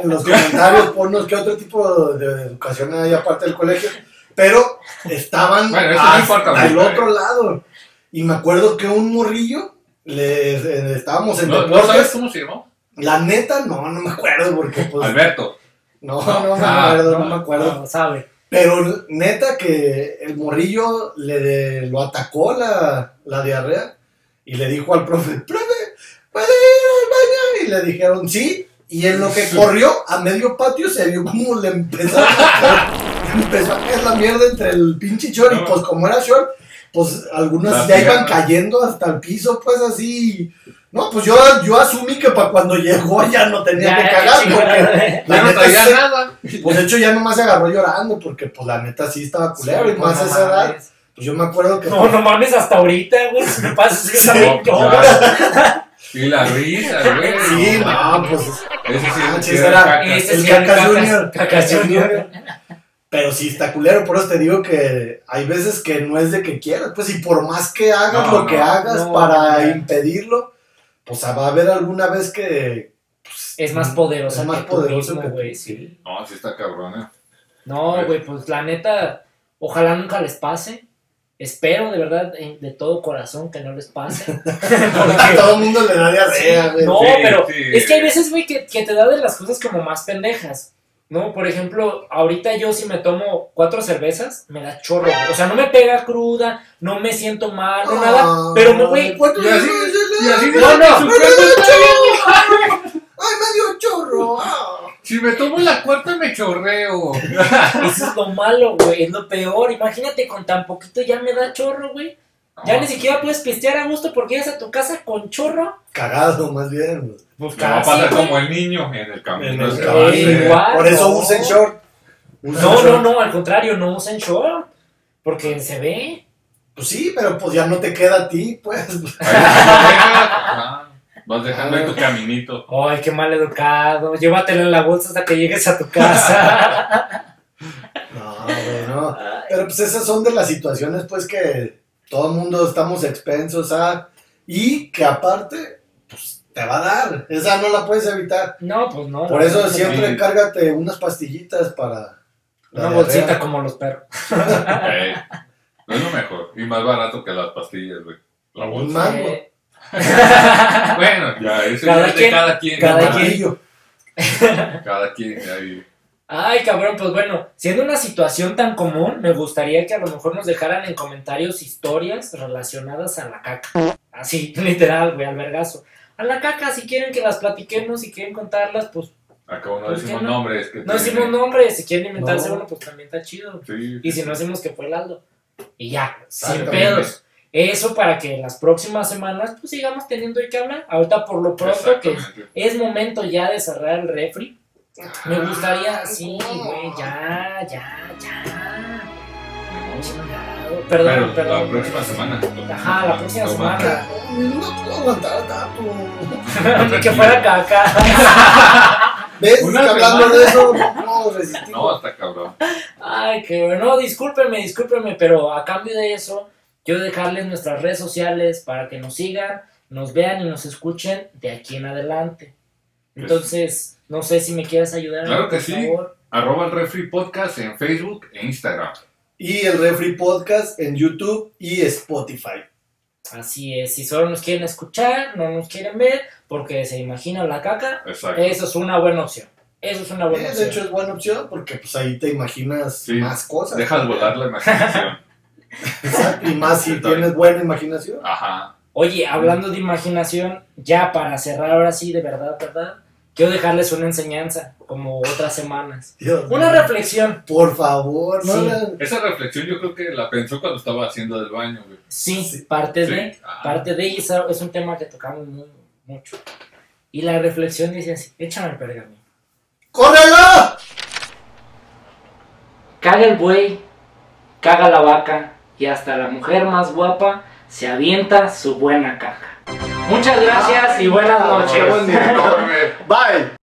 Speaker 3: En los comentarios, ponnos qué otro tipo de, de educación hay aparte del colegio. Pero estaban
Speaker 2: Bueno, eso no importa,
Speaker 3: al
Speaker 2: güey.
Speaker 3: otro lado. Y me acuerdo que un morrillo, le, eh, estábamos en
Speaker 2: ¿No, ¿No
Speaker 3: deportes.
Speaker 2: sabes cómo se llamó?
Speaker 3: La neta, no, no me acuerdo porque pues...
Speaker 2: Alberto.
Speaker 3: No, no me
Speaker 2: Ah,
Speaker 3: acuerdo, no
Speaker 2: no,
Speaker 3: me acuerdo.
Speaker 1: No, sabe.
Speaker 3: Pero neta que el morrillo le de- lo atacó la, la diarrea y le dijo al profe, profe, ¿puede ir al baño? Y le dijeron sí. Y en lo que corrió a medio patio se vio como le empezó a caer, [laughs] empezó a caer la mierda entre el pinche short y
Speaker 2: No.
Speaker 3: pues como era short, pues algunas
Speaker 2: Las
Speaker 3: ya iban
Speaker 2: piernas.
Speaker 3: cayendo hasta el piso pues así. No, pues yo, yo asumí que para cuando llegó ya no
Speaker 1: Ya,
Speaker 3: tenía que
Speaker 1: ya,
Speaker 3: cagar
Speaker 1: chico,
Speaker 3: porque
Speaker 1: ya.
Speaker 3: la
Speaker 2: Ya no
Speaker 3: neta
Speaker 2: traía
Speaker 3: se- [laughs]
Speaker 2: nada.
Speaker 3: pues de hecho ya nomás se agarró llorando porque pues la neta sí estaba culero y más a esa edad.
Speaker 1: mames.
Speaker 3: Pues yo me acuerdo que...
Speaker 1: No, no mames, hasta ahorita, güey. Si me pasas, yo también
Speaker 2: No,
Speaker 1: lloro.
Speaker 2: ya. Y la risa, güey.
Speaker 3: Sí, no, pues...
Speaker 2: Ese sí
Speaker 3: Ah,
Speaker 2: es
Speaker 3: chis, era-
Speaker 2: caca.
Speaker 1: Ese
Speaker 3: El
Speaker 1: sí era
Speaker 3: Cacas
Speaker 1: Cacas-
Speaker 3: Junior.
Speaker 1: Cacas Junior.
Speaker 3: Pero sí está culero, por eso te digo que hay veces que no es de que quieras, pues y por más que hagas
Speaker 2: No,
Speaker 3: lo
Speaker 2: no,
Speaker 3: que hagas
Speaker 1: no,
Speaker 3: para
Speaker 1: no.
Speaker 3: impedirlo, pues va a haber alguna vez que... pues,
Speaker 1: Es más poderoso.
Speaker 3: Es más
Speaker 1: que tú
Speaker 3: poderoso
Speaker 1: mismo,
Speaker 3: que tú,
Speaker 1: güey,
Speaker 3: sí.
Speaker 1: sí.
Speaker 2: No, sí está cabrón, eh.
Speaker 1: No, güey, pues la neta, ojalá nunca les pase. Espero de verdad, en- de todo corazón, que no les
Speaker 2: [laughs]
Speaker 1: pase.
Speaker 3: A
Speaker 1: Porque-
Speaker 3: todo el mundo le da diarrea, güey.
Speaker 1: no,
Speaker 2: Sí,
Speaker 1: pero
Speaker 2: sí.
Speaker 1: es que hay veces, güey, que, que te da de las cosas como más pendejas. ¿No? Por ejemplo, ahorita yo si me tomo cuatro cervezas, me da chorro. güey. O sea, no me pega cruda, no me siento mal, no nada.
Speaker 3: Ah.
Speaker 1: pero me- güey,
Speaker 3: ¿cuánto
Speaker 2: Y así, y así
Speaker 1: No, no.
Speaker 2: me- su cuerpo-
Speaker 3: ¡Ay, me dio chorro! ah.
Speaker 2: Si me tomo la cuarta me chorreo. [laughs]
Speaker 1: Eso es lo malo, güey, es lo peor. Imagínate, con tan poquito ya me da chorro, güey. Ya ni siquiera puedes pistear a gusto porque llegas a tu casa con chorro.
Speaker 3: Cagado, más bien. güey.
Speaker 1: Pues
Speaker 2: No, va a
Speaker 1: casi,
Speaker 2: pasar
Speaker 1: güey.
Speaker 2: como el niño en el camino.
Speaker 3: En el
Speaker 2: se
Speaker 3: camino.
Speaker 2: va a hacer.
Speaker 1: Igual,
Speaker 3: Por eso
Speaker 1: no.
Speaker 3: usen short. Usen
Speaker 1: No,
Speaker 3: short.
Speaker 1: no, no, al contrario, no usen short. Porque se ve.
Speaker 3: Pues sí, pero pues ya no te queda a ti, pues. [laughs]
Speaker 2: Ahí está. Vas dejando ahí tu caminito.
Speaker 1: Ay, qué mal educado. Llévatelo en la bolsa hasta que llegues a tu
Speaker 3: [laughs]
Speaker 1: casa.
Speaker 3: No, güey, no. Pero pues esas son de las situaciones, pues, que todo el mundo estamos expensos a. Y que aparte, pues, te va a dar. Esa no la puedes evitar.
Speaker 1: No, pues no.
Speaker 3: Por
Speaker 1: no,
Speaker 3: eso
Speaker 1: no,
Speaker 3: siempre
Speaker 2: Sí.
Speaker 3: cárgate unas pastillitas para. la
Speaker 1: Una
Speaker 3: diarrea.
Speaker 1: bolsita como los perros.
Speaker 2: Eh, no es lo mejor. Y más barato que las pastillas, güey. La bolsa.
Speaker 3: Mango.
Speaker 1: Eh,
Speaker 2: Bueno, ya, eso
Speaker 1: Cada
Speaker 2: ya es de
Speaker 1: quien,
Speaker 2: cada quien.
Speaker 1: cada
Speaker 2: ¿no?
Speaker 1: quien.
Speaker 3: Amarillo.
Speaker 2: Cada quien. ahí.
Speaker 1: Ay, cabrón, pues bueno, siendo una situación tan común, me gustaría que a lo mejor nos dejaran en comentarios historias relacionadas a la caca. Así, [laughs] literal, güey, al vergazo. A la caca, si quieren que las platiquemos, si quieren contarlas, pues
Speaker 2: Acabo no
Speaker 1: ¿Por qué
Speaker 2: decimos
Speaker 1: no?
Speaker 2: nombres. Que
Speaker 1: no
Speaker 2: tiene-
Speaker 3: [laughs]
Speaker 1: decimos nombres, si quieren inventarse
Speaker 3: No.
Speaker 1: uno, pues también está chido.
Speaker 2: Sí.
Speaker 1: Y si no decimos que fue el Aldo. Y ya, sin
Speaker 2: Exactamente.
Speaker 1: pedos. Eso para que en las próximas semanas, pues sigamos teniendo de qué hablar. Ahorita, por lo pronto, pues, que
Speaker 2: Exactamente.
Speaker 1: es momento ya de cerrar el refri. Me gustaría, sí, güey, ya, ya, ya. Chingado.
Speaker 2: Pero
Speaker 1: Perdón,
Speaker 2: la
Speaker 1: perdón.
Speaker 2: próxima semana.
Speaker 1: Ajá, la próxima
Speaker 2: No,
Speaker 1: semana.
Speaker 2: mames.
Speaker 3: No puedo aguantar tanto.
Speaker 1: [laughs]
Speaker 2: [laughs]
Speaker 1: Ni [laughs] que fuera caca.
Speaker 3: ¿Ves?
Speaker 2: Una
Speaker 3: Es que hablando
Speaker 2: semana.
Speaker 3: de eso, no resistimos.
Speaker 2: No, está cabrón.
Speaker 1: Ay, que no, discúlpenme, discúlpenme, pero a cambio de eso, yo dejarles nuestras redes sociales para que nos sigan, nos vean y nos escuchen de aquí en adelante. Entonces, no sé si me quieres ayudar.
Speaker 2: Claro que
Speaker 1: por
Speaker 2: sí.
Speaker 1: favor.
Speaker 2: Arroba el Refri Podcast en Facebook e Instagram.
Speaker 3: Y el Refri Podcast en YouTube y Spotify.
Speaker 1: Así es, si solo nos quieren escuchar, no nos quieren ver, porque se imaginan la caca,
Speaker 2: Exacto.
Speaker 1: eso es una buena opción. Eso es una buena
Speaker 3: Eh,
Speaker 1: opción.
Speaker 3: de hecho, es buena opción porque pues ahí te imaginas
Speaker 2: Sí.
Speaker 3: más cosas.
Speaker 2: Dejas volar la imaginación.
Speaker 3: Exacto, Y más si
Speaker 2: [laughs] Está
Speaker 3: tienes buena imaginación.
Speaker 2: Ajá.
Speaker 1: Oye, hablando de imaginación, ya para cerrar ahora sí, de verdad, ¿verdad? Quiero dejarles una enseñanza, como otras semanas.
Speaker 3: Dios
Speaker 1: Una
Speaker 3: mío.
Speaker 1: reflexión.
Speaker 3: Por favor, no
Speaker 1: Sí.
Speaker 3: la-
Speaker 2: Esa reflexión yo creo que la pensó cuando estaba haciendo del baño, güey.
Speaker 1: Sí,
Speaker 3: Sí.
Speaker 1: parte
Speaker 2: Sí.
Speaker 1: de.
Speaker 2: Ah,
Speaker 1: Parte de, y es, es un tema que tocamos muy, mucho. Y la reflexión dice así: échame el pergamino.
Speaker 3: ¡Córrelo!
Speaker 1: Caga el buey, caga la vaca, y hasta la mujer más guapa se avienta su buena caja. Muchas gracias y buenas
Speaker 2: qué
Speaker 1: noches.
Speaker 2: buen director, güey.
Speaker 3: Bye.